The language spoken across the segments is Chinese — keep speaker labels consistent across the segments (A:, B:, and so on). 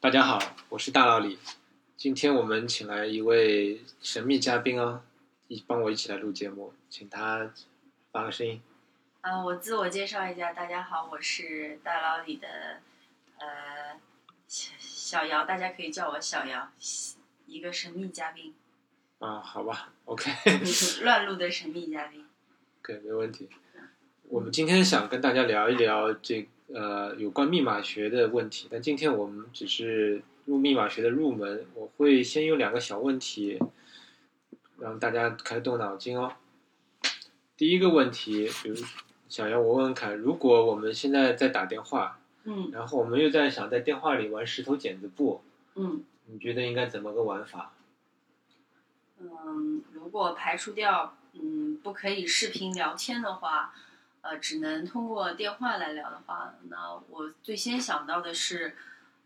A: 大家好，我是大老李。今天我们请来一位神秘嘉宾哦，一帮我一起来录节目，请他发个声音。
B: 啊，我自我介绍一下，大家好，我是大老李的呃小小姚，大家可以叫我小姚，一个神秘嘉宾，
A: 啊，好吧，OK，
B: 乱录的神秘嘉宾。
A: OK，没问题。我们今天想跟大家聊一聊这呃有关密码学的问题，但今天我们只是入密码学的入门，我会先有两个小问题让大家开动脑筋哦。第一个问题，比如想要我问问看，如果我们现在在打电话，
B: 嗯
A: 然后我们又在想在电话里玩石头剪子布，
B: 嗯
A: 你觉得应该怎么个玩法？
B: 嗯，如果排除掉嗯不可以视频聊天的话，呃，只能通过电话来聊的话，那我最先想到的是，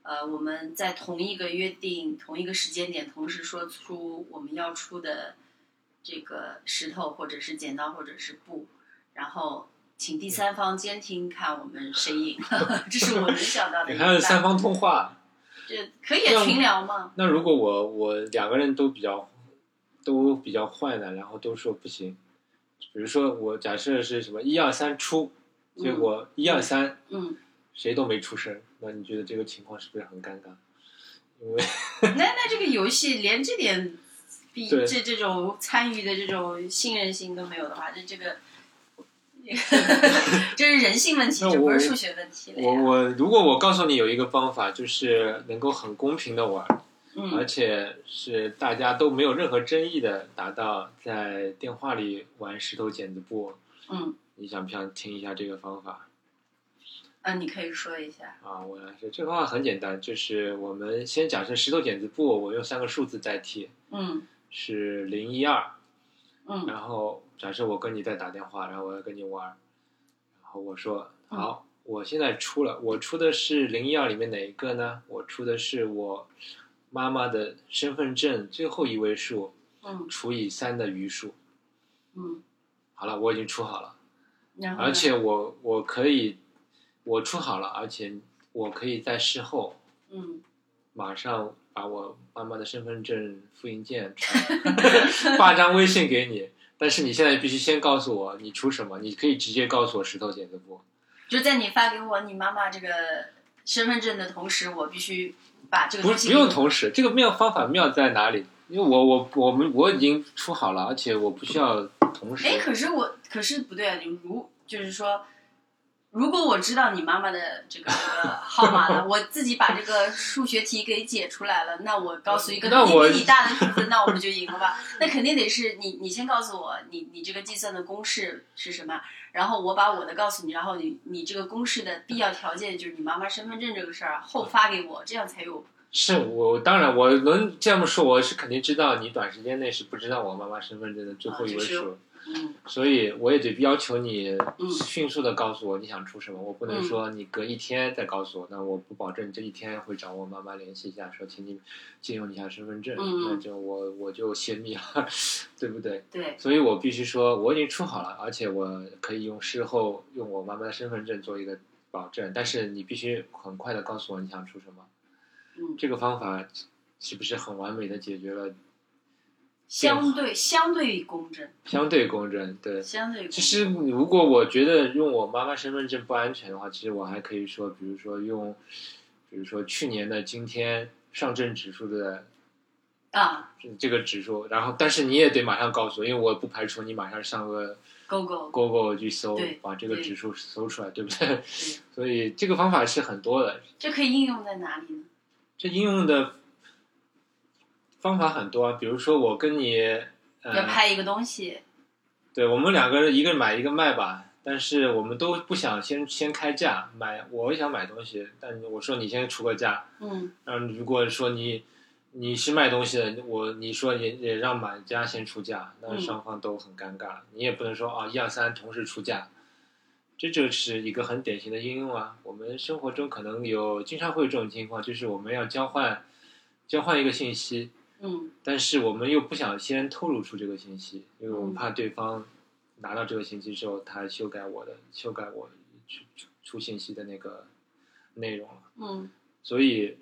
B: 呃，我们在同一个约定、同一个时间点，同时说出我们要出的这个石头或者是剪刀或者是布，然后请第三方监听看我们谁赢了。 这是我能想到的
A: 你
B: 一
A: 还有
B: 个
A: 三
B: 办法。
A: 方通话，
B: 这可以啊群聊吗？
A: 那如果我我两个人都比较都比较坏的，然后都说不行，比如说我假设是什么一二三出，结果一二三
B: 嗯，
A: 谁都没出声，那你觉得这个情况是不是很尴尬？因为
B: 那那这个游戏连这点比
A: 对
B: 这这种参与的这种信任性都没有的话，这这个， 这是人性问题，
A: 那
B: 这不
A: 我
B: 是数学问题了
A: 我
B: 呀。
A: 我如果我告诉你有一个方法，就是能够很公平的玩，而
B: 嗯
A: 且是大家都没有任何争议的达到在电话里玩石头剪子布，
B: 嗯，
A: 你想不想听一下这个方法？
B: 啊，你可以说一下。
A: 啊，我来说，这个方法很简单，就是我们先假设石头剪子布，我用三个数字代替，
B: 嗯
A: 是零一二。
B: 嗯
A: 然后假设我跟你在打电话，然后我要跟你玩儿，然后我说
B: 嗯
A: 好，我现在出了，我出的是零一二里面哪一个呢？我出的是我妈妈的身份证最后一位数
B: 嗯
A: 除以三的余数。
B: 嗯，
A: 好了，我已经出好了，
B: 然后呢
A: 而且我我可以我出好了，而且我可以在事后
B: 嗯，
A: 马上把我妈妈的身份证复印件 传发张微信给你，但是你现在必须先告诉我你出什么，你可以直接告诉我石头剪子布。
B: 就在你发给我你妈妈这个身份证的同时，我必须把这个
A: 不
B: 东
A: 是
B: 西
A: 不用同时，这个妙方法妙在哪里？因为我我我们我已经出好了，而且我不需要同时。
B: 哎，可是我，可是不对啊！你如就是说，如果我知道你妈妈的这个这个号 码了，我自己把这个数学题给解出来了，那我告诉一个
A: 那
B: 肯定
A: 我
B: 比你大的数字，那我不就赢了吧？那肯定得是你，你先告诉我你你这个计算的公式是什么，然后我把我的告诉你，然后你你这个公式的必要条件就是你妈妈身份证这个事儿啊后发给我，这样才有。
A: 是我当然我能这么说，我是肯定知道你短时间内是不知道我妈妈身份证的最后一位
B: 啊就是
A: 数。
B: 嗯
A: 所以我也得要求你
B: 嗯
A: 迅速的告诉我你想出什么，我不能
B: 嗯
A: 说你隔一天再告诉我，那我不保证这一天会找我妈妈联系一下，说请你借用一下身份证，
B: 嗯
A: 那就我我就泄密了，对不对？
B: 对，
A: 所以我必须说我已经出好了，而且我可以用事后用我妈妈的身份证做一个保证，但是你必须很快的告诉我你想出什么。
B: 嗯，
A: 这个方法是不是很完美的解决了
B: 相对相对公正，
A: 相对公正？对，
B: 相对公正
A: 其实，如果我觉得用我妈妈身份证不安全的话，其实我还可以说，比如说用，比如说去年的今天上证指数的
B: 啊，
A: 这个指数，然后但是你也得马上告诉我，因为我不排除你马上上个
B: 勾勾，
A: Google 去搜
B: 对，
A: 把这个
B: 对
A: 指数搜出来，对不对？
B: 对。
A: 所以这个方法是很多的，
B: 这可以应用在哪里呢？
A: 这应用的方法很多啊，比如说我跟你，
B: 要
A: 呃，
B: 拍一个东西，
A: 对我们两个人，一个买一个卖吧，但是我们都不想先先开价买。我也想买东西，但我说你先出个价，
B: 嗯
A: 嗯，如果说你你是卖东西的，我你说也也让买家先出价，那
B: 嗯
A: 双方都很尴尬。你也不能说啊一二三同时出价，这就是一个很典型的应用啊。我们生活中可能有经常会有这种情况，就是我们要交换交换一个信息，
B: 嗯
A: 但是我们又不想先透露出这个信息，因为我们
B: 嗯
A: 怕对方拿到这个信息之后，他修改我的修改我出出出信息的那个内容了。
B: 嗯
A: 所以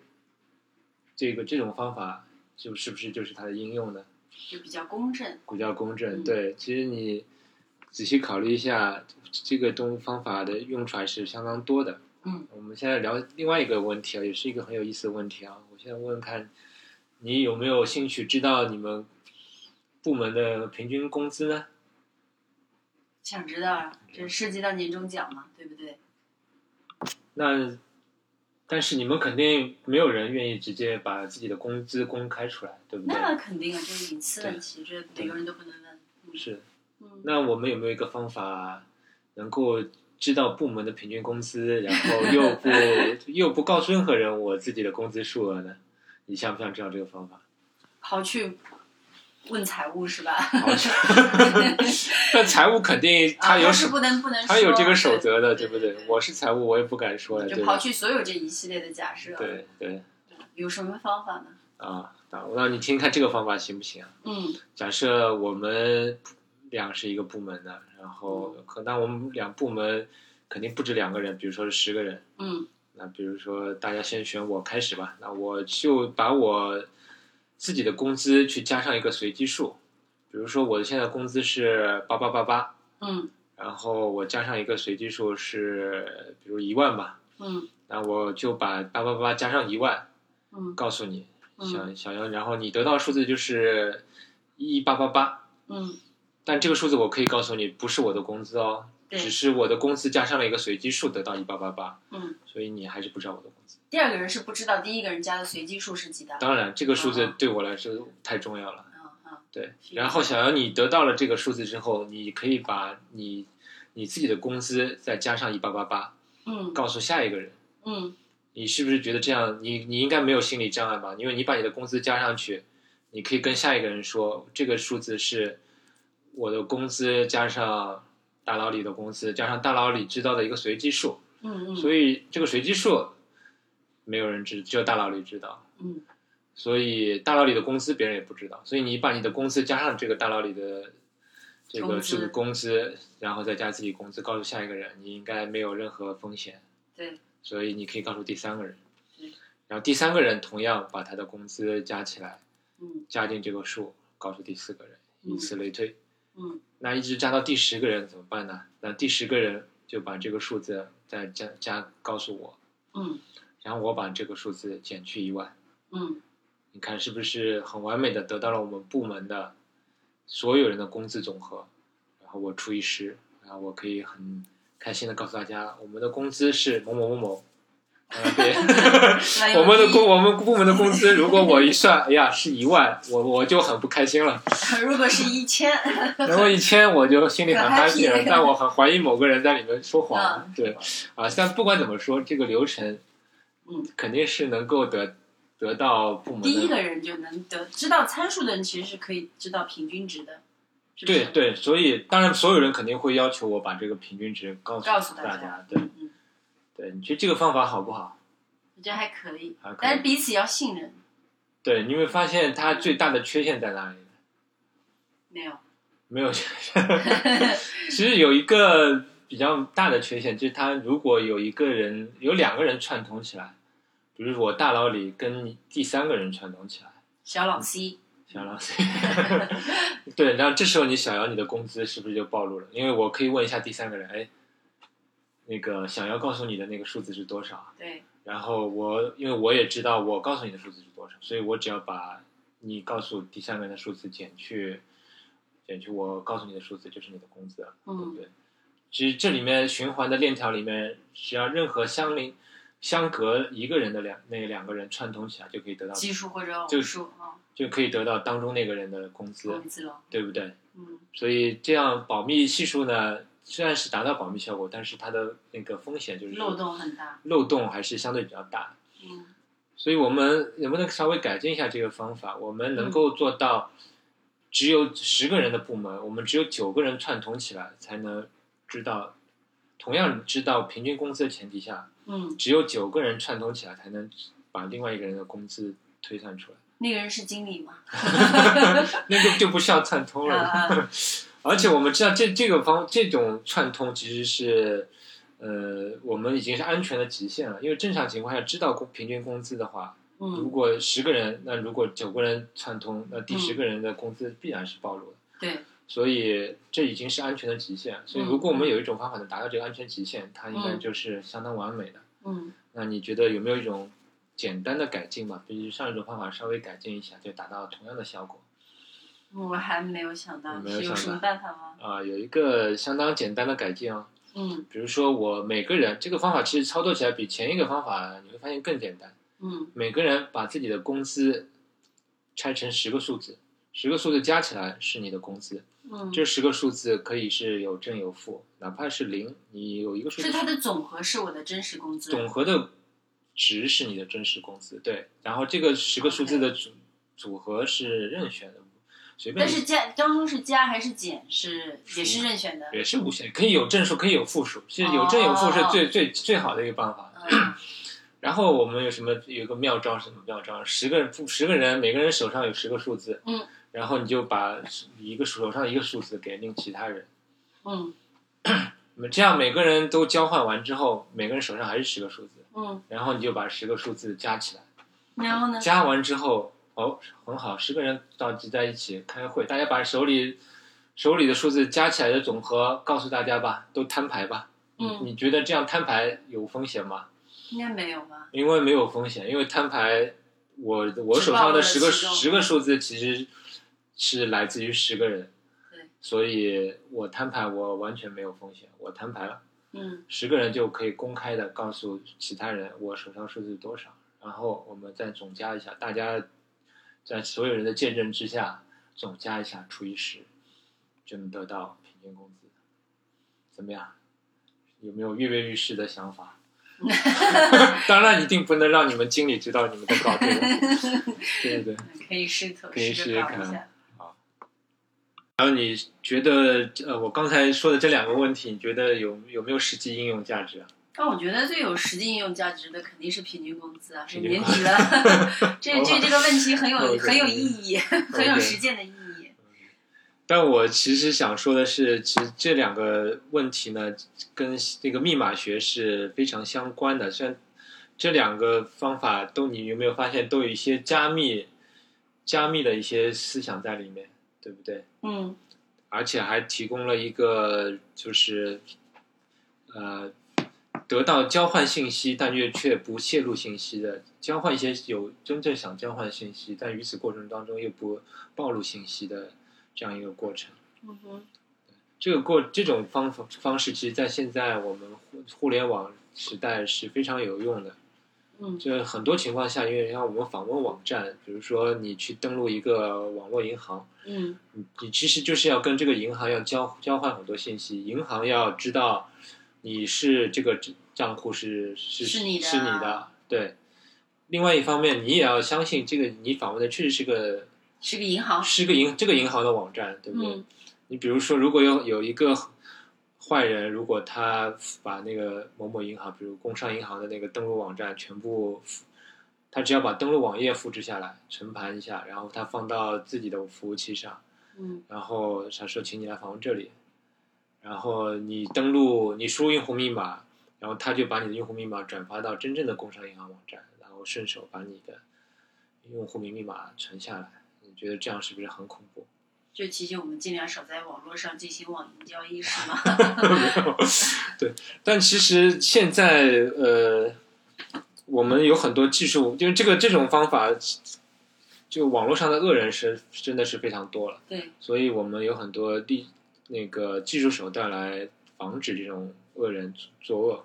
A: 这个这种方法就是不是就是它的应用呢？
B: 就比较公正。
A: 比较公正。
B: 嗯
A: 对，其实你仔细考虑一下，这个东方法的用处还是相当多的。
B: 嗯，
A: 我们现在聊另外一个问题啊，也是一个很有意思的问题啊。我现在问问看，你有没有兴趣知道你们部门的平均工资呢？
B: 想知道啊，这涉及到年终奖嘛，对不对？
A: 那但是你们肯定没有人愿意直接把自己的工资公开出来，对不对？
B: 那肯定啊，这是隐私问题，这每个人都不能问。
A: 是。
B: 嗯，
A: 那我们有没有一个方法能够知道部门的平均工 资，然后又不又不告诉任何人我自己的工资数额呢？你想不想知道这个方 法？
B: 跑去问财务是吧？
A: 好 但财务肯定他
B: 啊
A: 有
B: 但
A: 手
B: 是不能不能说，
A: 他有这个守则的，对
B: 对
A: 不
B: 对
A: 对？我是财务，我也不敢说呀，
B: 就
A: 对
B: 刨
A: 吧？
B: 去所有这一系列的假设，啊
A: 对对
B: 有什么方法呢？
A: 啊，那我让你听听看这个方法行不行啊？
B: 嗯
A: 假设我们俩是一个部门的，然后
B: 嗯
A: 可那我们两部门肯定不止两个人，比如说是十个人。
B: 嗯
A: 那比如说，大家先选我开始吧。那我就把我自己的工资去加上一个随机数，比如说我现在工资是八八八八，
B: 嗯
A: 然后我加上一个随机数是，比如一万吧。
B: 嗯
A: 那我就把八八八加上一万，
B: 嗯
A: 告诉你
B: 嗯
A: 想想要，然后你得到的数字就是一八八八。
B: 嗯，
A: 但这个数字我可以告诉你，不是我的工资哦，
B: 对
A: 只。是我的工资加上了一个随机数得到一八八八。
B: 嗯，
A: 所以你还是不知道我的工资。
B: 第二个人是不知道第一个人加的随机数是几的。
A: 当然，这个数字
B: 嗯
A: 对我来说太重要了。
B: 嗯嗯
A: 对，
B: 是
A: 然后小姚，你得到了这个数字之后，你可以把你你自己的工资再加上一八八八，
B: 嗯
A: 告诉下一个人。
B: 嗯
A: 你是不是觉得这样？你你应该没有心理障碍吧？因为你把你的工资加上去，你可以跟下一个人说，这个数字是我的工资加上大佬李的工资加上大佬李知道的一个随机数，
B: 嗯嗯，
A: 所以这个随机数没有人知，只有大佬李知道。
B: 嗯
A: 所以大佬里的工资别人也不知道，所以你把你的工资加上这个大佬里的这个
B: 工资
A: 这个工资，然后再加自己工资，告诉下一个人，你应该没有任何风险，
B: 对，
A: 所以你可以告诉第三个人
B: 对，
A: 然后第三个人同样把他的工资加起来，
B: 嗯
A: 加进这个数，告诉第四个人，
B: 嗯
A: 以此类推。
B: 嗯
A: 那一直加到第十个人怎么办呢？那第十个人就把这个数字再加加告诉我，
B: 嗯
A: 然后我把这个数字减去一万。
B: 嗯
A: 你看是不是很完美的得到了我们部门的所有人的工资总和？然后我除以十，然后我可以很开心的告诉大家，我们的工资是某某某某。当然别，我们的工我们部门的工资，如果我一算，哎呀是一万，我我就很不开心了。
B: 如果是一 千，
A: 如果一千，我就心里很 happy 了
B: happy，
A: 但我很怀疑某个人在里面说谎
B: 嗯。
A: 对，啊，但不管怎么说，这个流程，
B: 嗯，
A: 肯定是能够得得到部门的
B: 第一个人就能得知道参数的人，其实是可以知道平均值的，是不
A: 对
B: 是？
A: 对，所以当然所有人肯定会要求我把这个平均值告诉
B: 告诉大
A: 大
B: 家
A: 对
B: 嗯，
A: 对，你觉得这个方法好不好？
B: 我觉得还可以，
A: 还可
B: 但是
A: 以。
B: 彼此要信任。
A: 对，你会发现它最大的缺陷在哪里？
B: 没有，
A: 没有缺陷。其实有一个比较大的缺陷，就是它如果有一个人有两个人串通起来，比如我大佬李跟第三个人串通起来，
B: 小老 C，
A: 小姚老师， 对，然后这时候你小姚你的工资是不是就暴露了？因为我可以问一下第三个人，哎，那个小姚告诉你的那个数字是多少？啊
B: 对，
A: 然后我因为我也知道我告诉你的数字是多少，所以我只要把你告诉第三个人的数字减去，减去我告诉你的数字就是你的工资了，对不
B: 嗯，
A: 对？其实这里面循环的链条里面，只要任何相邻相隔一个人的两那两个人串通起来，就可以得到
B: 基数或者
A: 就
B: 偶数啊，
A: 就可以得到当中那个人的工资。
B: 工资了，
A: 对不对？
B: 嗯
A: 所以这样保密系数呢，虽然是达到保密效果，但是它的那个风险就是
B: 漏洞很大，
A: 漏洞还是相对比较大。
B: 嗯
A: 所以我们能不能稍微改进一下这个方法？我们能够做到只有十个人的部门，我们只有九个人串通起来，才能知道同样知道平均工资的前提下，
B: 嗯，
A: 只有九个人串通起来才能把另外一个人的工资推算出来。
B: 那个人是经理嘛，嗯
A: 那个就不需要串通了。
B: 啊
A: 而且我们知道这这个方这种串通其实是，呃，我们已经是安全的极限了。因为正常情况下知道工平均工资的话，如
B: 嗯，
A: 果十个人，那如果九个人串通，那第十个人的工资必然是暴露的。
B: 对，
A: 所以这已经是安全的极限。所以如果我们有一种方法能达到这个安全极限，它应该就是相当完美的。
B: 嗯
A: 那你觉得有没有一种简单的改进嘛？比如上一种方法稍微改进一下，就达到同样的效果？
B: 嗯，我还没有想到，
A: 没有
B: 有
A: 想
B: 什么
A: 到
B: 办法吗？
A: 啊、有一个相当简单的改进哦，
B: 嗯
A: 比如说我每个人这个方法其实操作起来比前一个方法你会发现更简单。
B: 嗯
A: 每个人把自己的工资拆成十个数字，十个数字加起来是你的工资。
B: 嗯，
A: 这十个数字可以是有正有负，哪怕是零，你有一个数字
B: 是它的总和是我的真实工资。
A: 总和的值是你的真实工资，对。然后这个十个数字的组组合是任选的，随便
B: 但
A: 你
B: 是加当中是加还是减是也是任选的，
A: 也是无限，可以有正数，可以有负数，是有正有负是最、最最好的一个办法。
B: 嗯
A: 然后我们有什么有一个妙招？什么妙招？十个人，十个人，每个人手上有十个数字，
B: 嗯，
A: 然后你就把一个手上一个数字给另其他人，
B: 嗯
A: 那么这样每个人都交换完之后，每个人手上还是十个数字，
B: 嗯，
A: 然后你就把十个数字加起来。
B: 然后呢？
A: 加完之后，哦，很好，十个人召集在一起开会，大家把手里手里的数字加起来的总和告诉大家吧，都摊牌吧。
B: 嗯
A: 你你觉得这样摊牌有风险吗？
B: 应该没有吧？
A: 因为没有风险，因为摊牌，我我手上的十个
B: 只报了其中
A: 十个数字其实是来自于十个人
B: 对，
A: 所以我摊牌我完全没有风险，我摊牌了。
B: 嗯
A: 十个人就可以公开的告诉其他人我手上数字多少，然后我们再总加一下，大家在所有人的见证之下总加一下除以十，就能得到平均工资。怎么样？有没有跃跃欲试的想法？ 当然，一定不能让你们经理知道你们在搞这个。对对对。
B: 嗯可以试头
A: 可以
B: 试
A: 试
B: 着
A: 试
B: 搞
A: 看
B: 一下。
A: 然后你觉得呃，我刚才说的这两个问题，你觉得有有没有实际应用价值啊？
B: 但我觉得最有实际应用价值的肯定是平均工资啊，这
A: 平均
B: 年
A: 工
B: 底了， 这这这个问题很有
A: OK
B: 很有意义，很有实践的意义。
A: 但我其实想说的是，其实这两个问题呢，跟这个密码学是非常相关的。虽然这两个方法都，你有没有发现都有一些加密、加密的一些思想在里面，对不对？
B: 嗯
A: 而且还提供了一个就是，呃，得到交换信息，但却却不泄露信息的，交换一些有真正想交换信息，但于此过程当中又不暴露信息的这样一个过程。
B: 嗯哼
A: 这个过这种方法方式，其实在现在我们互互联网时代是非常有用的。
B: 嗯
A: 这很多情况下，因为像我们访问网站，比如说你去登录一个网络银行，
B: 嗯
A: 你你其实就是要跟这个银行要交交换很多信息，银行要知道你是这个账户是是
B: 是你的啊
A: 是你的，对。另外一方面，你也要相信这个你访问的确实是个
B: 是个银行。
A: 是个银这个银行的网站，对不对？
B: 嗯
A: 你比如说，如果有有一个坏人，如果他把那个某某银行，比如工商银行的那个登录网站全部复，他只要把登录网页复制下来，存盘一下，然后他放到自己的服务器上，
B: 嗯
A: 然后他说请你来访问这里，然后你登录，你输入用户密码，然后他就把你的用户密码转发到真正的工商银行网站，然后顺手把你的用户名密码存下来。你觉得这样是不是很恐怖？
B: 就提醒我们尽量少在网络上进行网银交易，是吗？
A: 但其实现在呃，我们有很多技术，因为这个这种方法，就网络上的恶人是真的是非常多了，
B: 对，
A: 所以我们有很多力那个技术手段来防止这种恶人作恶。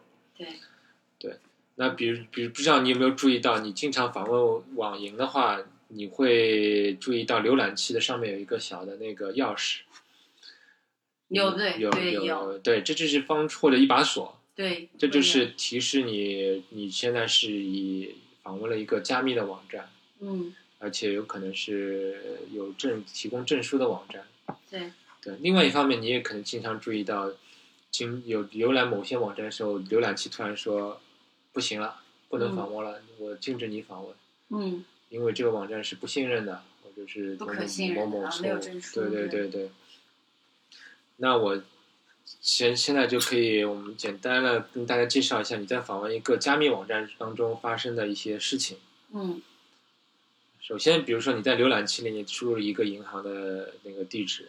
B: 对，
A: 那比如，比如不知道你有没有注意到，你经常访问网银的话，你会注意到浏览器的上面有一个小的那个钥匙，
B: 有对
A: 嗯有
B: 对
A: 有
B: 有
A: 对，这就是方或者一把锁，
B: 对，
A: 这就
B: 会有
A: 是提示你，你现在是以访问了一个加密的网站，
B: 嗯
A: 而且有可能是有证提供证书的网站。
B: 对，
A: 对，另外一方面，你也可能经常注意到，经有浏览某些网站的时候，浏览器突然说不行了，不能访问了，我禁止你访问，
B: 嗯
A: 因为这个网站是不信任的，或者是
B: 不可信任
A: 某某
B: 啊
A: 错
B: 没有
A: 误
B: 证书
A: 对对
B: 对
A: 对对。那我现现在就可以，我们简单的跟大家介绍一下你在访问一个加密网站当中发生的一些事情。
B: 嗯
A: 首先，比如说你在浏览器里你输入一个银行的那个地址，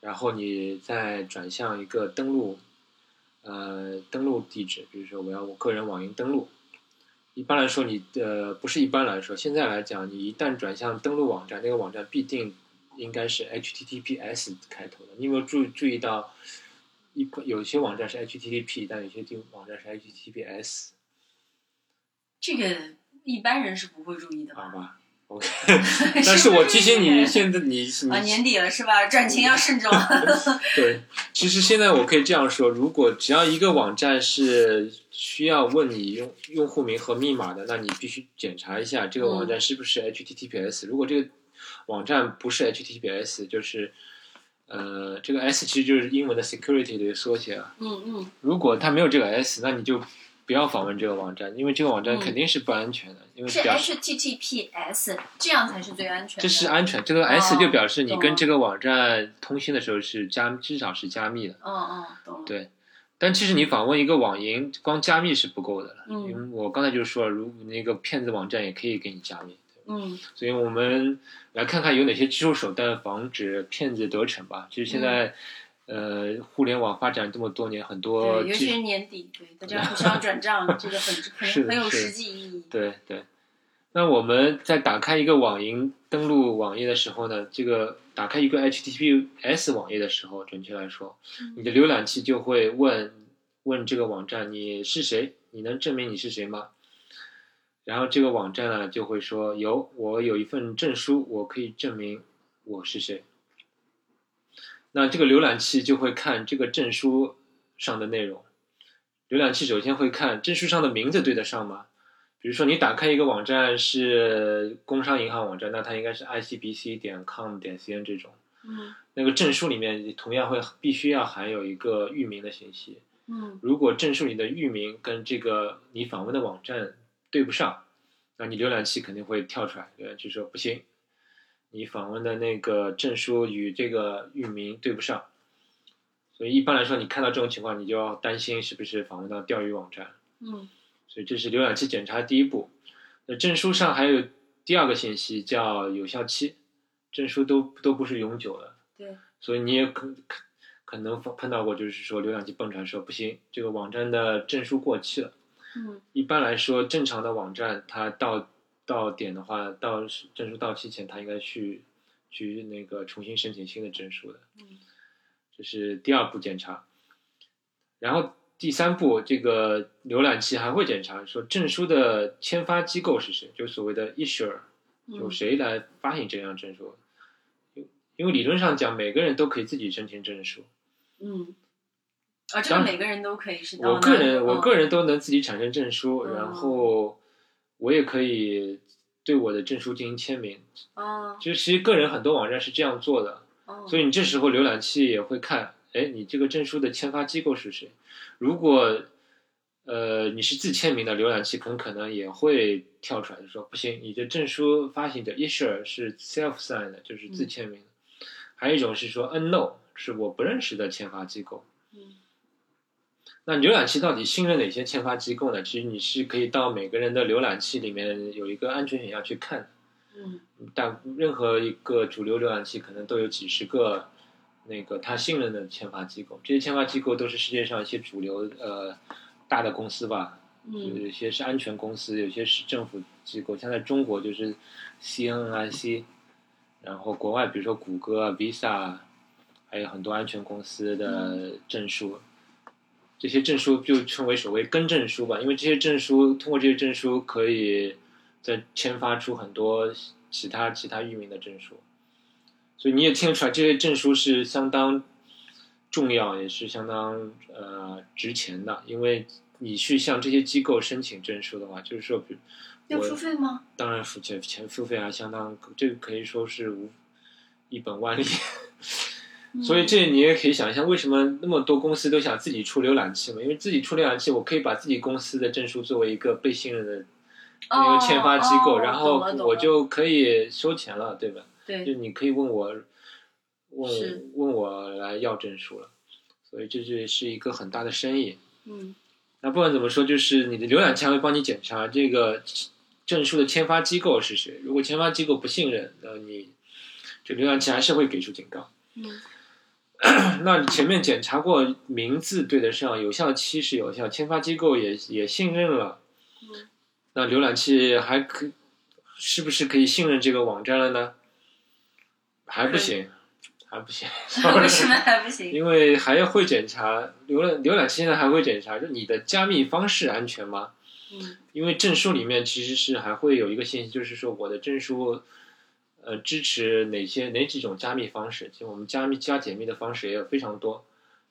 A: 然后你再转向一个登录，呃，登录地址，比如说我要我个人网银登录。一般来说你，呃不是一般来说，现在来讲，你一旦转向登录网站，那个网站必定应该是 HTTPS 开头的。你有没有注注意到，一有些网站是 HTTP，但有些地网站是 HTTPS，
B: 这个一般人是不会注意的
A: 好
B: 吧？
A: 吧？OK，但哎是我提醒你，现在你
B: 啊，
A: 你
B: 年底了是吧？转情要慎重。
A: 对，其实现在我可以这样说，如果只要一个网站是需要问你用用户名和密码的，那你必须检查一下这个
B: 嗯
A: 网站是不是 HTTPS、如果这个网站不是 HTTPS，就是呃，这个 S 其实就是英文的 security 的缩写啊。
B: 嗯嗯
A: 如果它没有这个 S，那你就不要访问这个网站，因为这个网站
B: 嗯
A: 肯定是不安全的，因为
B: 是
A: 表示
B: HTTPS，这样才是最安全的。
A: 这是安全。这个 S
B: 哦
A: 就表示你
B: 懂
A: 跟
B: 了
A: 这个网站通信的时候是加，至少是加密的。
B: 嗯嗯，懂了。
A: 对但其实你访问一个网银，光加密是不够的了。
B: 嗯
A: 因为我刚才就说了，如那个骗子网站也可以给你加密。
B: 嗯
A: 所以我们来看看有哪些技术手段防止骗子得逞吧。
B: 嗯
A: 其实现在，呃，互联网发展这么多年，很多
B: 对，尤其
A: 技
B: 是年底，对大家互相转账，这 个很
A: 是
B: 很
A: 的
B: 很有
A: 是的
B: 实际意义。
A: 对对。那我们在打开一个网银登录网页的时候呢，这个打开一个 HTTPS 网页的时候，准确来说，你的浏览器就会问问这个网站你是谁？你能证明你是谁吗？然后这个网站呢就会说有，我有一份证书，我可以证明我是谁。那这个浏览器就会看这个证书上的内容。浏览器首先会看证书上的名字对得上吗？比如说你打开一个网站是工商银行网站，那它应该是 ICBC 点 com 点 cn 这种。
B: 嗯
A: 那个证书里面同样会必须要含有一个域名的信息。
B: 嗯
A: 如果证书里的域名跟这个你访问的网站对不上，那你浏览器肯定会跳出来，浏览器说不行，你访问的那个证书与这个域名对不上。所以一般来说，你看到这种情况，你就要担心是不是访问到钓鱼网站。
B: 嗯
A: 所以这是浏览器检查第一步。那证书上还有第二个信息叫有效期，证书都都不是永久的，
B: 对，
A: 所以你也可可可能碰到过，就是说浏览器蹦出来说不行，这个网站的证书过期了。
B: 嗯
A: 一般来说，正常的网站它到到点的话，到证书到期前，它应该去去那个重新申请新的证书的。
B: 嗯
A: 这是第二步检查。然后第三步，这个浏览器还会检查说证书的签发机构是谁，就所谓的 issuer，就
B: 嗯
A: 谁来发行这张证书。因因为理论上讲，每个人都可以自己申请证书。
B: 嗯，啊，这
A: 当
B: 个
A: 然
B: 每个人都可以是到
A: 我个人，
B: 那
A: 我
B: 嗯
A: 个人都能自己产生证书，
B: 嗯
A: 然后我也可以对我的证书进行签名。
B: 啊
A: 就其实个人很多网站是这样做的，
B: 啊，
A: 所以你这时候浏览器也会看，哎，你这个证书的签发机构是谁？如果呃你是自签名的，浏览器很可能也会跳出来就说不行，你的证书发行者 issuer 是 self sign 的，就是
B: 嗯
A: 自签名的。还有一种是说 unknown，是我不认识的签发机构。
B: 嗯
A: 那浏览器到底信任哪些签发机构呢？其实你是可以到每个人的浏览器里面有一个安全选项去看的。
B: 嗯
A: 但任何一个主流浏览器可能都有几十个那个他信任的签发机构，这些签发机构都是世界上一些主流呃大的公司吧，
B: 嗯
A: 有些是安全公司，有些是政府机构，像在中国就是 CNIC，然后国外比如说谷歌啊、Visa，啊还有很多安全公司的证书。这些证书就称为所谓跟证书吧，因为这些证书通过这些证书可以再签发出很多其他其他域名的证书，所以你也听得出来，这些证书是相当重要，也是相当呃值钱的，因为你去向这些机构申请证书的话，就是说，比如
B: 要
A: 我
B: 付费吗？
A: 当然付钱钱付费还啊相当，这个可以说是无一本万利。
B: 嗯
A: 所以这你也可以想象，为什么那么多公司都想自己出浏览器嘛？因为自己出浏览器，我可以把自己公司的证书作为一个被信任的那
B: 哦
A: 个签发机构，
B: 哦
A: 然后
B: 懂了懂了
A: 我就可以收钱了，对吧？就
B: 对，
A: 你可以问我，问
B: 是
A: 问我来要证书了，所以这就是一个很大的生意。
B: 嗯
A: 那不管怎么说，就是你的浏览器还会帮你检查这个证书的签发机构是谁。如果签发机构不信任，那你这浏览器还是会给出警告。
B: 嗯
A: 那你前面检查过名字对得上，有效期是有效，签发机构也也信任了，
B: 嗯
A: 那浏览器还可是不是可以信任这个网站了呢？还不行，还不行。
B: 为什么还不行？
A: 因为还要会检查浏览浏览器现在还会检查，就你的加密方式安全吗？
B: 嗯
A: 因为证书里面其实是还会有一个信息，就是说我的证书，呃，支持哪些哪几种加密方式？其实我们加密加解密的方式也有非常多。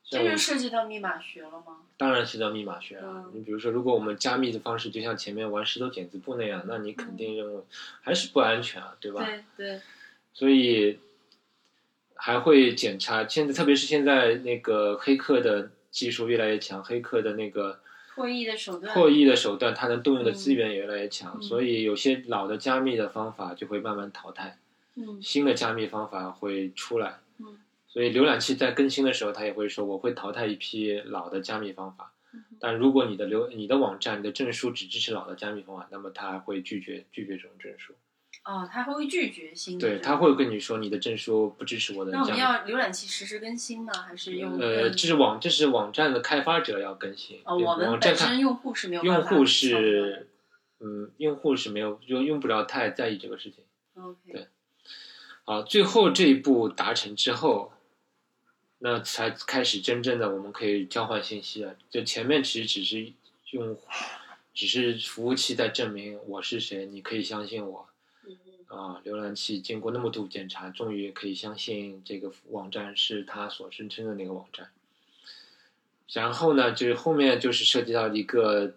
A: 像
B: 这
A: 我
B: 就
A: 们
B: 涉及到密码学了吗？
A: 当然是叫密码学啊
B: 嗯。
A: 你比如说，如果我们加密的方式就像前面玩石头剪子布那样，那你肯定认为还是不安全啊，对吧？
B: 嗯对对，
A: 所以还会检查。现在特别是现在那个黑客的技术越来越强，黑客的那个
B: 破译的手段。
A: 破译的手段，它能动用的资源也越来越强，
B: 嗯
A: 所以有些老的加密的方法就会慢慢淘汰，
B: 嗯
A: 新的加密方法会出来。
B: 嗯
A: 所以浏览器在更新的时候，它也会说我会淘汰一批老的加密方法。
B: 嗯
A: 但如果你的流、你的网站、你的证书只支持老的加密方法，那么它会拒绝拒绝这种证书。
B: 哦，他会拒绝新的。
A: 对，它。会跟你说你的证书不支持我的
B: 那我
A: 加
B: 们
A: 密。
B: 嗯哦要浏览器实时更新吗？还是用
A: 呃，这是网这是网站的开发者要更新，
B: 哦，
A: 对
B: 我们
A: 网站
B: 本
A: 开
B: 身用户是没有办
A: 用
B: 法
A: 户
B: 操作的
A: 是，嗯，用户是没有就用不着太在意这个事情。
B: OK，
A: 对好，最后这一步达成之后，那才开始真正的我们可以交换信息了。就前面其实只是用，只是服务器在证明我是谁，你可以相信我
B: 嗯
A: 啊。浏览器经过那么多检查，终于可以相信这个网站是它所声称的那个网站。然后呢，就是后面就是涉及到一个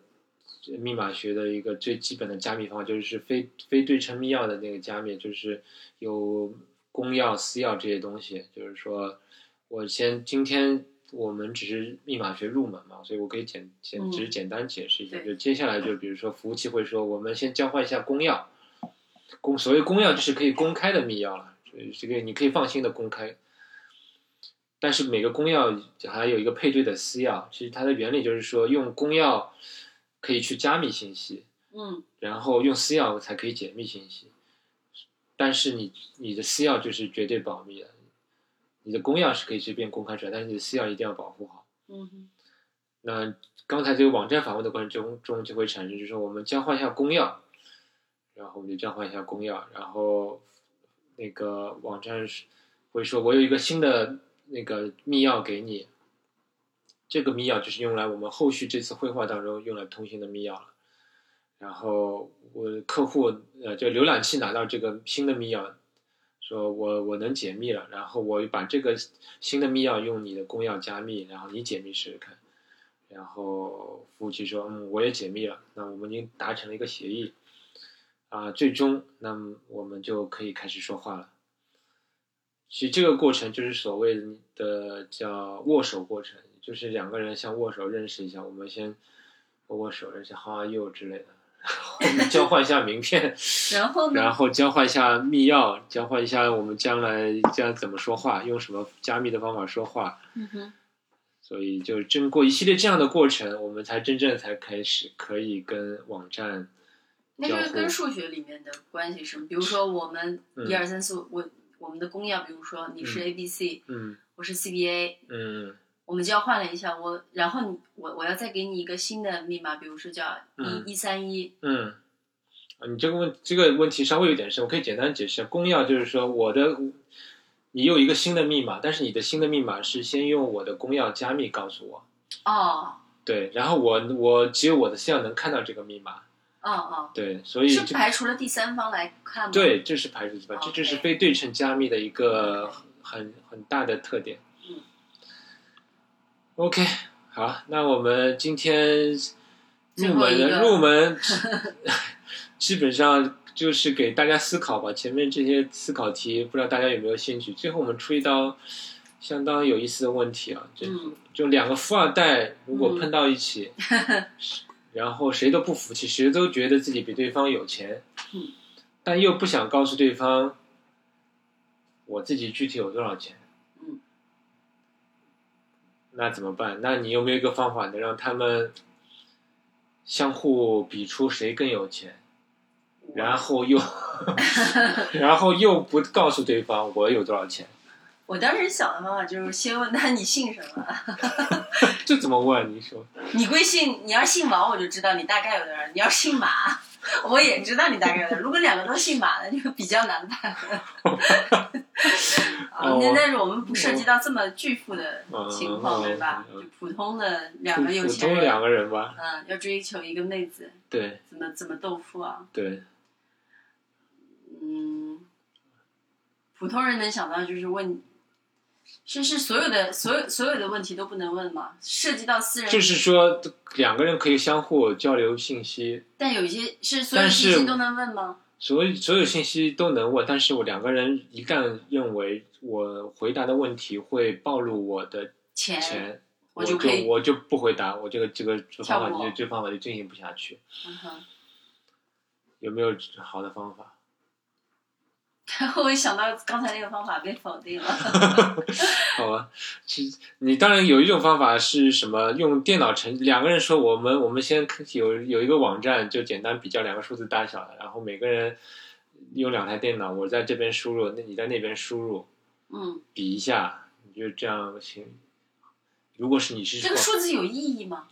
A: 密码学的一个最基本的加密方法，就是非非对称密钥的那个加密，就是有公钥、私钥这些东西。就是说我先今天我们只是密码学入门嘛，所以我可以简简
B: 嗯
A: 只是简单解释一下。
B: 对
A: 就接下来就比如说服务器会说，我们先交换一下公钥，公所谓公钥就是可以公开的密钥了，就是这个你可以放心的公开。但是每个公钥还有一个配对的私钥，其实它的原理就是说，用公钥可以去加密信息，
B: 嗯
A: 然后用私钥才可以解密信息。但是你你的私钥就是绝对保密的，你的公钥是可以随便公开出来，但是你的私钥一定要保护好。
B: 嗯哼
A: 那刚才这个网站访问的过程中中就会产生，就是说我们交换一下公钥，然后我们就交换一下公钥，然后那个网站是会说我有一个新的那个密钥给你，这个密钥就是用来我们后续这次绘画当中用来通信的密钥了。然后我客户呃，就浏览器拿到这个新的密钥，说我我能解密了，然后我把这个新的密钥用你的公钥加密，然后你解密试试看。然后服务器说，嗯，我也解密了，那我们已经达成了一个协议，啊，最终那么我们就可以开始说话了。其实这个过程就是所谓的叫握手过程，就是两个人像握手认识一下，我们先握握手认识 how are you 之类的，然后我们 交换一下名片，
B: 然后呢
A: 然后交换一下密钥，交换一下我们将来将怎么说话，用什么加密的方法说话，
B: 嗯哼
A: 所以就是经过一系列这样的过程，我们才真正才开始可以跟网站
B: 那
A: 交
B: 这
A: 互
B: 个跟数学里面的关系是什么？比如说我们
A: 嗯
B: 一二三四，我我们的公钥，比如说你是
A: 嗯
B: A B C，
A: 嗯
B: 我是 C B A，
A: 嗯
B: 我们交换了一下，我然后你我我要再给你一个新的密码，比如说叫
A: 嗯
B: 一一三一，
A: 嗯，啊你这个问这个问题稍微有点深，我可以简单解释一下。公钥就是说我的你有一个新的密码，但是你的新的密码是先用我的公钥加密告诉我，
B: 哦
A: 对，然后我我只有我的私钥能看到这个密码，
B: 哦哦，
A: 对，所以
B: 是
A: 这
B: 排除哦了第三方来看吗？，
A: 对这是排除法，这就是
B: OK
A: 非对称加密的一个很很大的特点。
B: 嗯
A: OK，好，那我们今天入门
B: 最后一个
A: 的入 门，基本上就是给大家思考吧。前面这些思考题，不知道大家有没有兴趣？最后我们出一道相当有意思的问题啊，就、
B: 嗯
A: 就两个富二代如果
B: 嗯
A: 碰到一起，然后谁都不服气，谁都觉得自己比对方有钱，
B: 嗯
A: 但又不想告诉对方我自己具体有多少钱。
B: 嗯
A: 那怎么办？那你有没有一个方法能让他们相互比出谁更有钱？然后又 然后又不告诉对方我有多少钱，
B: 我当时想的方法就是先问他你姓什么，
A: 这怎么问？啊你说
B: 你贵姓？你要是姓王，我就知道你大概有多少；你要是姓马，我也知道你大概有多少。如果两个都姓马的，就比较难判。 啊，
A: 哦
B: 那但是我们不涉及到这么巨富的情况，
A: 嗯
B: 对吧？
A: 嗯
B: 就普通的两个有
A: 普
B: 钱
A: 通
B: 人，
A: 两个人吧？
B: 嗯，要追求一个妹子，
A: 对
B: 怎么怎么豆腐啊？
A: 对，
B: 嗯，普通人能想到就是问，是是所有的所有所有的问题都不能问吗？涉及到私人，
A: 就是说两个人可以相互交流信息，
B: 但有一些是所有
A: 但是
B: 信息都能问吗？
A: 所以所有信息都能问，但是我两个人一旦认为我回答的问题会暴露我的
B: 钱，
A: 钱，
B: 哎我
A: 我
B: 就可以
A: 我就不回答，我这个这个这
B: 跳
A: 方法
B: 过
A: 就这方法就进行不下去。
B: 嗯哼，
A: 有没有好的方法？
B: 我一想到刚才那个方法被否定了，
A: 好吧，其实你当然有一种方法是什么？用电脑程两个人说我们我们先有有一个网站，就简单比较两个数字大小的，然后每个人用两台电脑，我在这边输入，那你在那边输入，
B: 嗯，
A: 比一下，你就这样行。如果是你 是
B: 这个数字有意义吗？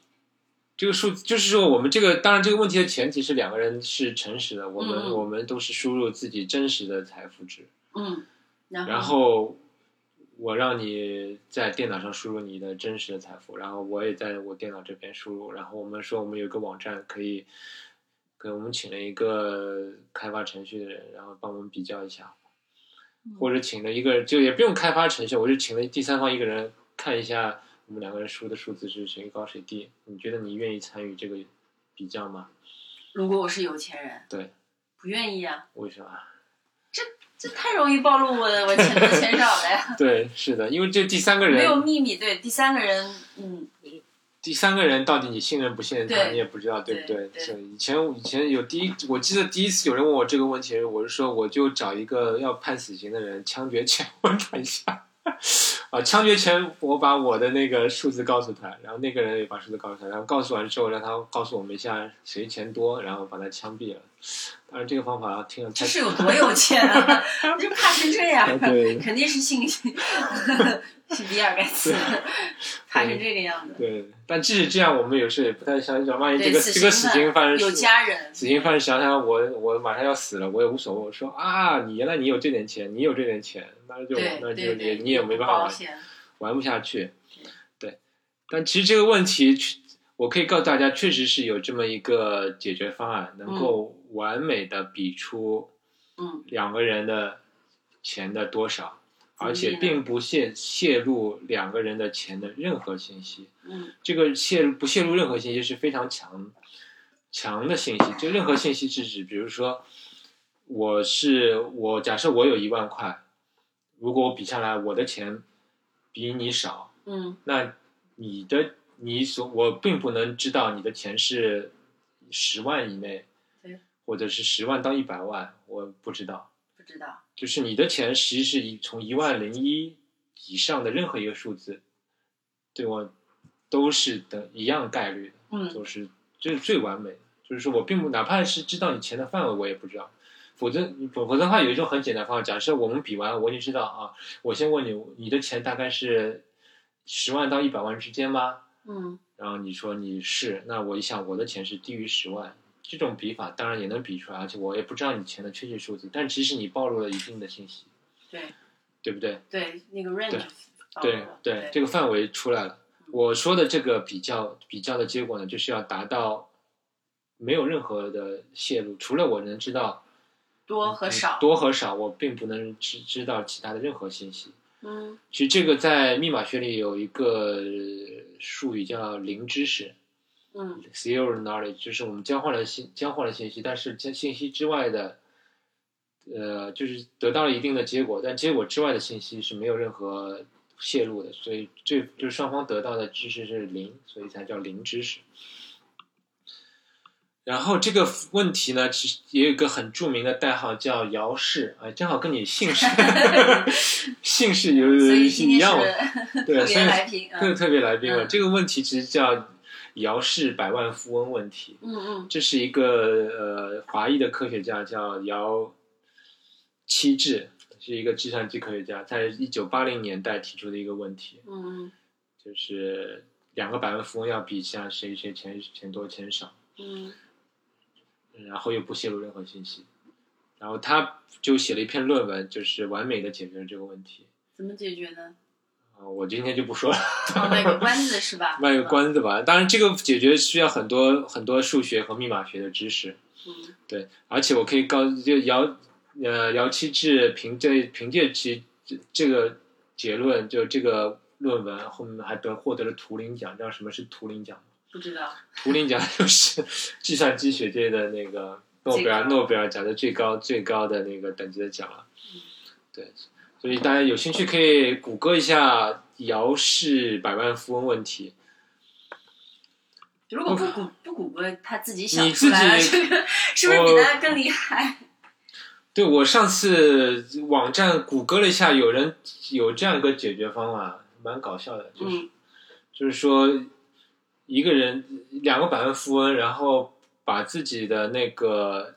A: 这个数，就是说我们这个当然这个问题的前提是两个人是诚实的，我们、
B: 嗯
A: 我们都是输入自己真实的财富值。
B: 嗯，然后
A: 然后我让你在电脑上输入你的真实的财富，然后我也在我电脑这边输入，然后我们说我们有一个网站可以，给我们请了一个开发程序的人，然后帮我们比较一下，
B: 嗯
A: 或者请了一个就也不用开发程序，我就请了第三方一个人看一下我们两个人输的数字是谁高谁低，你觉得你愿意参与这个比较吗？
B: 如果我是有钱人，
A: 对，
B: 不愿意啊，
A: 为什么？
B: 这太容易暴露我的我钱多钱少了呀，
A: 对， 是的，因为这第三个人
B: 没有秘密。对，第三个人，嗯，
A: 第三个人到底你信任不信任他，
B: 对
A: 你也不知道，对不
B: 对对
A: 是以前以前有第一，我记得第一次有人问我这个问题，我是说我就找一个要判死刑的人枪决前问他一下， 啊，枪决前我把我的那个数字告诉他，然后那个人也把数字告诉他，然后告诉完之后让他告诉我们一下谁钱多，然后把他枪毙了。当然这个方法听了太
B: 这是有多有钱啊？这怕成这样，
A: 对
B: 肯定是信是比尔盖茨，怕成这个样子。
A: 对，但即使这样，我们有时也不太相信，万一这
B: 对
A: 个
B: 死
A: 这个
B: 刑
A: 死刑
B: 犯
A: 犯人
B: 有
A: 是
B: 家人，
A: 死刑犯人想想我我马上要死了，我也无所谓。我说啊，你原来你有这点钱，你有这点钱，那就
B: 对
A: 那
B: 对
A: 就
B: 对，
A: 你你也没办法
B: 保
A: 玩
B: 险，
A: 玩不下去。对，但其实这个问题，确我可以告诉大家，确实是有这么一个解决方案，能够完美的比出
B: 嗯，
A: 两个人的钱的多少，
B: 怎么
A: 而且
B: 比呢
A: 并不泄泄露两个人的钱的任何信息。
B: 嗯，
A: 这个泄露不泄露任何信息是非常强强的信息。就任何信息是指，比如说，我是我假设我有一万块，如果我比下来我的钱比你少，
B: 嗯，
A: 那你的你所我并不能知道你的钱是十万以内
B: 对，
A: 或者是十万到一百万，我不知道。
B: 不知道，
A: 就是你的钱其实是一从一万零一以上的任何一个数字，对我都是等一样概率的，
B: 嗯，
A: 就是这是最完美的。就是说我并不哪怕是知道你钱的范围，我也不知道。否则否否则的话，有一种很简单的方法，假设我们比完，我就知道啊，我先问你，你的钱大概是十万到一百万之间吗？
B: 嗯，
A: 然后你说你是，那我一想我的钱是低于十万，这种比法当然也能比出来，而且我也不知道你钱的确切数字，但其实你暴露了一定的信息，
B: 对
A: 对不对？
B: 对，那个 range 暴露
A: 对
B: 了嗯
A: 对，这个范围出来了。我说的这个比较比较的结果呢，就是要达到没有任何的泄露，除了我能知道嗯
B: 多和少，
A: 多和少，我并不能知知道其他的任何信息。
B: 嗯
A: 其实这个在密码学里有一个呃术语叫零知识，
B: 嗯
A: zero knowledge，就是我们交换了信交换了信息，但是在信息之外的，呃，就是得到了一定的结果，但结果之外的信息是没有任何泄露的，所以这就是双方得到的知识是零，所以才叫零知识。然后这个问题呢，其实也有一个很著名的代号叫姚氏，啊，正好跟你姓 氏姓氏有
B: 所以今
A: 一
B: 天
A: 样，
B: 是
A: 对，
B: 特
A: 所
B: 别
A: 以
B: 来评，
A: 特
B: 嗯
A: 特别来宾了。
B: 嗯
A: 这个问题其实叫姚氏百万富翁问题。
B: 嗯嗯
A: 这是一个呃华裔的科学家叫姚七智，是一个计算机科学家，在一九八零年代提出的一个问题，
B: 嗯
A: 就是两个百万富翁要比一下谁谁钱钱多钱少，
B: 嗯
A: 然后又不泄露任何信息，然后他就写了一篇论文，就是完美的解决了这个问题。
B: 怎么解决呢？
A: 啊、我今天就不说了，
B: 哦，卖个关子是吧？
A: 卖个关子吧。当然，这个解决需要很多很多数学和密码学的知识。
B: 嗯
A: 对，而且我可以告就姚呃姚期智凭借凭借其这这个结论，就这个论文后面还得获得了图灵奖，知道什么是图灵奖吗？
B: 不知道。
A: 图灵奖就是计算机学界的那个诺贝尔
B: 最高
A: 诺贝尔奖的最高最高的那个等级的奖了
B: 嗯。
A: 对，所以大家有兴趣可以谷歌一下姚氏百万富翁问题。
B: 如果不谷不谷歌，他自己想
A: 你
B: 出来了，
A: 自己
B: 这个是不是比
A: 我
B: 他更厉害？
A: 对我上次网站谷歌了一下，有人有这样一个解决方法，蛮搞笑的，就是、
B: 嗯
A: 就是说一个人两个百万富翁，然后把自己的那个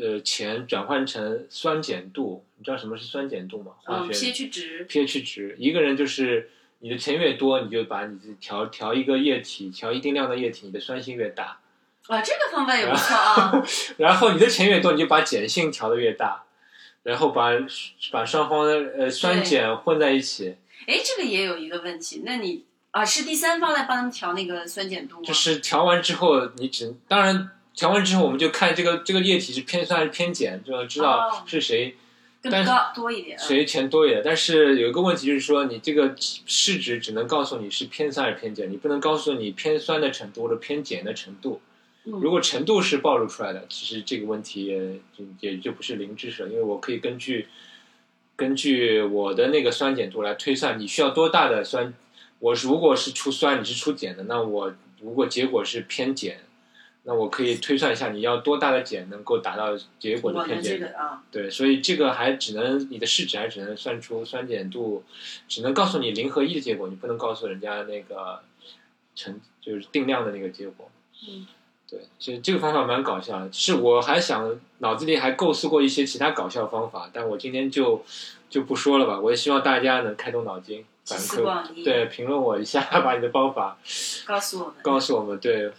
A: 呃钱转换成酸碱度，你知道什么是酸碱度吗？化
B: 嗯
A: 学、
B: ，pH 值
A: pH 值，一个人就是你的钱越多，你就把你自己调调一个液体，调一定量的液体，你的酸性越大，
B: 哇，这个方法也不错 啊。
A: 然后你的钱越多，你就把碱性调的越大，然后把把双方的呃酸碱混在一起，
B: 哎，这个也有一个问题，那你啊是第三方来帮他们调那个酸碱度吗？
A: 就是调完之后，你只当然调完之后，我们就看这个这个液体是偏酸还是偏碱，就知
B: 哦
A: 道是谁、
B: 更
A: 但是
B: 高多一点。嗯
A: 谁钱多一点。但是有一个问题就是说，你这个试值只能告诉你是偏酸还是偏碱，你不能告诉你偏酸的程度或者偏碱的程度。
B: 嗯
A: 如果程度是暴露出来的，其实这个问题也就也就不是零知识了，因为我可以根据根据我的那个酸碱度来推算你需要多大的酸。我如果是出酸，你是出碱的，那我如果结果是偏碱，那我可以推算一下你要多大的碱能够达到结果的
B: 我
A: 偏
B: 的这
A: 碱。
B: 个啊，
A: 对，所以这个还只能你的试纸还只能算出酸碱度，只能告诉你零和一的结果，你不能告诉人家那个成就是定量的那个结果。
B: 嗯，
A: 对，所以这个方法蛮搞笑的。是我还想脑子里还构思过一些其他搞笑方法，但我今天就就不说了吧。我也希望大家能开动脑筋，
B: 集
A: 反
B: 思
A: 馈
B: 广益，
A: 对评论我一下，把你的方法
B: 告诉我们。
A: 告诉我们。对，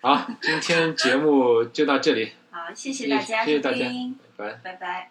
A: 好，今天节目就到这里，
B: 好，谢谢大家
A: 谢谢
B: 收
A: 大家
B: 听，
A: 拜拜。
B: 拜拜。